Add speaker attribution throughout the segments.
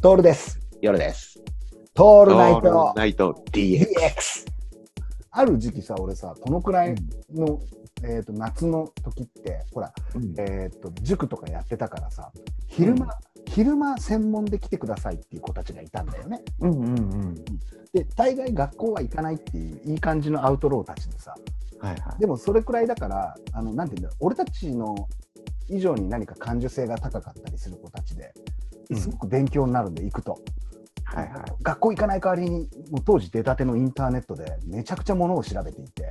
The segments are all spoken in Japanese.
Speaker 1: トールです。
Speaker 2: 夜です。
Speaker 1: ト
Speaker 2: オ
Speaker 1: ールナイト
Speaker 2: ナイト DX。
Speaker 1: DX。ある時期さ、俺さ、このくらいの、えー、と夏の時って、ほら、えーと、塾とかやってたからさ、昼間、昼間専門で来てくださいっていう子たちがいたんだよね。
Speaker 2: うんうんうん。
Speaker 1: で、大概学校は行かないっていう、いい感じのアウトローたちでさ、
Speaker 2: はいはい。
Speaker 1: でもそれくらいだから、あのなんていうんだろう、俺たちの以上に何か感受性が高かったりする子たちで
Speaker 2: うん
Speaker 1: すごく勉強になるんで、行くと。
Speaker 2: はいはい。
Speaker 1: 学校行かない代わりにもう当時出たてのインターネットでめちゃくちゃものを調べていて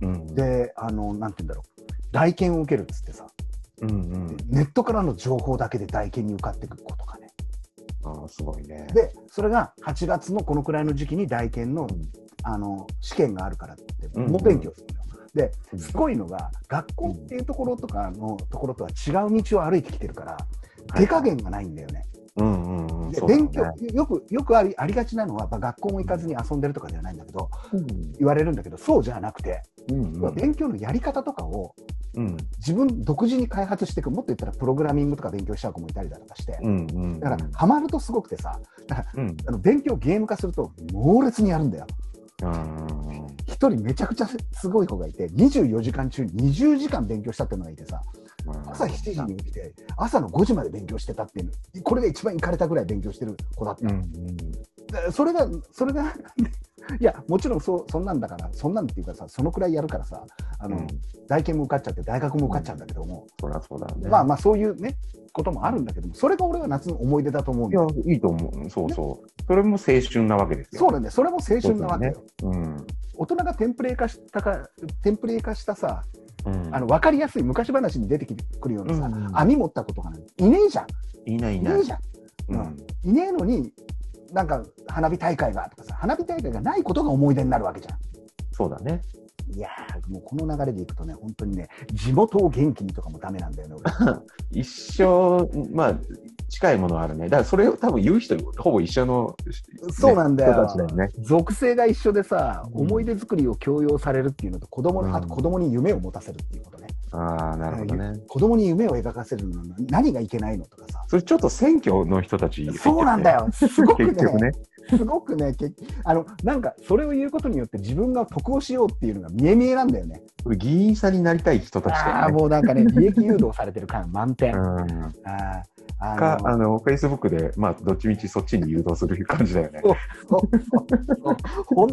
Speaker 2: うん
Speaker 1: であのなんて言うんだろう代検を受けるっつってさ、
Speaker 2: うんうん。
Speaker 1: ネットからの情報だけで代検に受かっていく子とかね
Speaker 2: ああ、すごいね。
Speaker 1: でそれが8月のこのくらいの時期に代検のあの試験があるからって
Speaker 2: うんうん
Speaker 1: 猛勉強するのよ、
Speaker 2: うん
Speaker 1: ですごいのが学校っていうところとかのところとは違う道を歩いてきてるから手加減がないんだよね
Speaker 2: うんうんうん。
Speaker 1: で
Speaker 2: そうだね
Speaker 1: 勉強よくよくありありがちなのは、まあ、学校も行かずに遊んでるとかではないんだけど
Speaker 2: うん
Speaker 1: 言われるんだけどそうじゃなくて、
Speaker 2: うんうん。
Speaker 1: 勉強のやり方とかを
Speaker 2: うん
Speaker 1: 自分独自に開発していくもっと言ったらプログラミングとか勉強しちゃう子もいたりだとかして、
Speaker 2: うんうん。
Speaker 1: だからハマるとすごくてさ
Speaker 2: うん。
Speaker 1: あの勉強ゲーム化すると猛烈にやるんだよ
Speaker 2: うん。
Speaker 1: 一人めちゃくちゃすごい子がいて24時間中20時間勉強したっていうのがいてさ朝7時に起きて朝の5時まで勉強してたっていうこれが一番いかれたぐらい勉強してる子だった
Speaker 2: うんう
Speaker 1: の、
Speaker 2: ん。
Speaker 1: でそれがそれが いやもちろんそうそんなんだからそんなんっていうかさそのくらいやるからさあ
Speaker 2: あ
Speaker 1: の、大研も受かっちゃって大学も受かっちゃうんだけども、
Speaker 2: そりゃそうだね。
Speaker 1: まあまあそういうねこともあるんだけどもそれが俺は夏の思い出だと思うん
Speaker 2: い
Speaker 1: だ
Speaker 2: や
Speaker 1: よ、
Speaker 2: いいと思う。そうそう。それも青春なわけですよ。
Speaker 1: そうなんだよそれも青春なわけよ、
Speaker 2: うん。
Speaker 1: 大人がテンプレ化したかテンプレ化したさ
Speaker 2: うん。
Speaker 1: あの分かりやすい昔話に出てくるようなさ、
Speaker 2: うんうん
Speaker 1: 網持ったことがないいねえじゃん
Speaker 2: いないい
Speaker 1: い
Speaker 2: な
Speaker 1: ね
Speaker 2: い
Speaker 1: え。じゃん、
Speaker 2: う
Speaker 1: うん
Speaker 2: ん。
Speaker 1: いねえのになんか花火大会がとかさ花火大会がないことが思い出になるわけじゃん
Speaker 2: そうだね。
Speaker 1: いやーもうこの流れでいくとね本当にね地元を元気にとかもダメなんだよね俺
Speaker 2: 一緒、まあ、近いものはあるね。だからそれを多分言う人、ほぼ一緒の、
Speaker 1: そうなんだよ
Speaker 2: 人たちだよね。
Speaker 1: 属性が一緒でさ、
Speaker 2: うん
Speaker 1: 思い出作りを強要されるっていうのと子供の、
Speaker 2: うん
Speaker 1: あと子供に夢を持たせるっていうことね
Speaker 2: ああ、なるほどね。
Speaker 1: 子供に夢を描かせるのに何がいけないのとかさ
Speaker 2: それちょっと選挙の人たち、
Speaker 1: そうなんだ
Speaker 2: よ。
Speaker 1: よすごくね
Speaker 2: 結局ね。
Speaker 1: すごくね結あのなんかそれを言うことによって自分が得をしようっていうのが見え見えなんだよね
Speaker 2: これ議員さんになりたい人たちだ
Speaker 1: ああー
Speaker 2: よね。
Speaker 1: もうなんかね利益誘導されてる感満点、あ
Speaker 2: うん、
Speaker 1: あーあの
Speaker 2: か、あの、フェイスブックで、まあ、どっちみちそっちに誘導する感じだよね。
Speaker 1: 本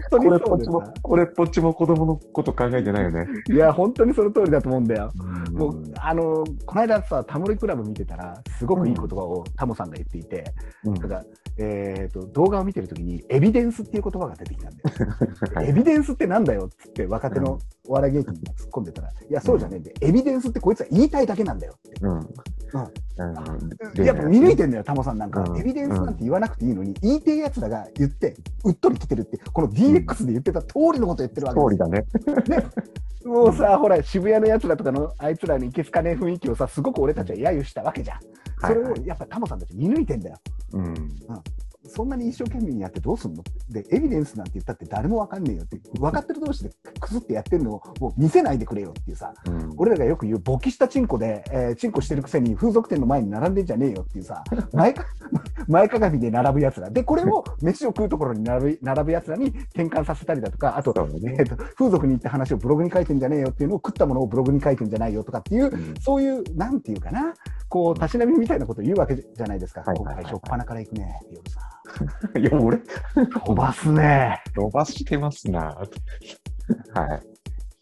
Speaker 1: 当
Speaker 2: こ
Speaker 1: に
Speaker 2: れっ
Speaker 1: そ
Speaker 2: ぽ
Speaker 1: う
Speaker 2: っ
Speaker 1: で
Speaker 2: ち
Speaker 1: す
Speaker 2: も、これっぽっちも子供のこと考えてないよね。
Speaker 1: いや本当にその通りだと思うんだよも
Speaker 2: う、
Speaker 1: うんあのこの間さタモリクラブ見てたらすごくいい言葉をタモさんが言っていて、
Speaker 2: うん
Speaker 1: ただ、えー、と動画を見てるときにエビデンスっていう言葉が出てきたんだよ
Speaker 2: はい
Speaker 1: エビデンスってなんだよっつって若手のお笑い芸人が突っ込んでたら、いやそうじゃねえんでエビデンスってこいつは言いたいだけなんだよって
Speaker 2: うん。うん
Speaker 1: やっぱ見抜いてんだよタモさんなんか、
Speaker 2: うん
Speaker 1: エビデンスなんて言わなくていいのに、言いてえやつらが言ってうっとり来てるってこの DX で言ってた通りのこと言ってるわけ
Speaker 2: 通
Speaker 1: です
Speaker 2: りだね。
Speaker 1: もうさ、ほら、渋谷のやつらとかのあいつらにいけすかねえ雰囲気をさ、すごく俺たちは揶揄したわけじゃん。そ
Speaker 2: はい
Speaker 1: れをやっぱタモさんたち見抜いてんだよ。
Speaker 2: うん。
Speaker 1: そんなに一生懸命にやってどうすんのって。で、エビデンスなんて言ったって誰もわかんねえよって、分かってる同士でくすってやってるのをもう見せないでくれよっていうさ、
Speaker 2: うん
Speaker 1: 俺らがよく言う、勃起したチンコで、えーチンコしてるくせに風俗店の前に並んでんじゃねえよっていう さ、前か前かがみで並ぶやつら。で、これを飯を食うところに並ぶ並ぶやつらに転換させたりだとか、あと、
Speaker 2: そうだ
Speaker 1: え
Speaker 2: ね
Speaker 1: っ。と、風俗に行った話をブログに書いてんじゃねえよっていうのを食ったものをブログに書いてんじゃないよとかっていう、
Speaker 2: うん
Speaker 1: そういう、なんていうかな、こう、たしなみみたいなことを言うわけじゃないですか。
Speaker 2: はいはいはいはい
Speaker 1: 今回、しょっぱなから行く ね、夜さ
Speaker 2: いや、俺、
Speaker 1: ん。飛ばすね。
Speaker 2: 伸ばしてますな。はい。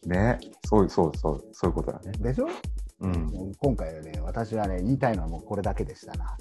Speaker 2: ね。そうそうそう、そういうことだね。
Speaker 1: でしょ
Speaker 2: うん。
Speaker 1: 今回はね、私はね、言いたいのはもうこれだけでしたな。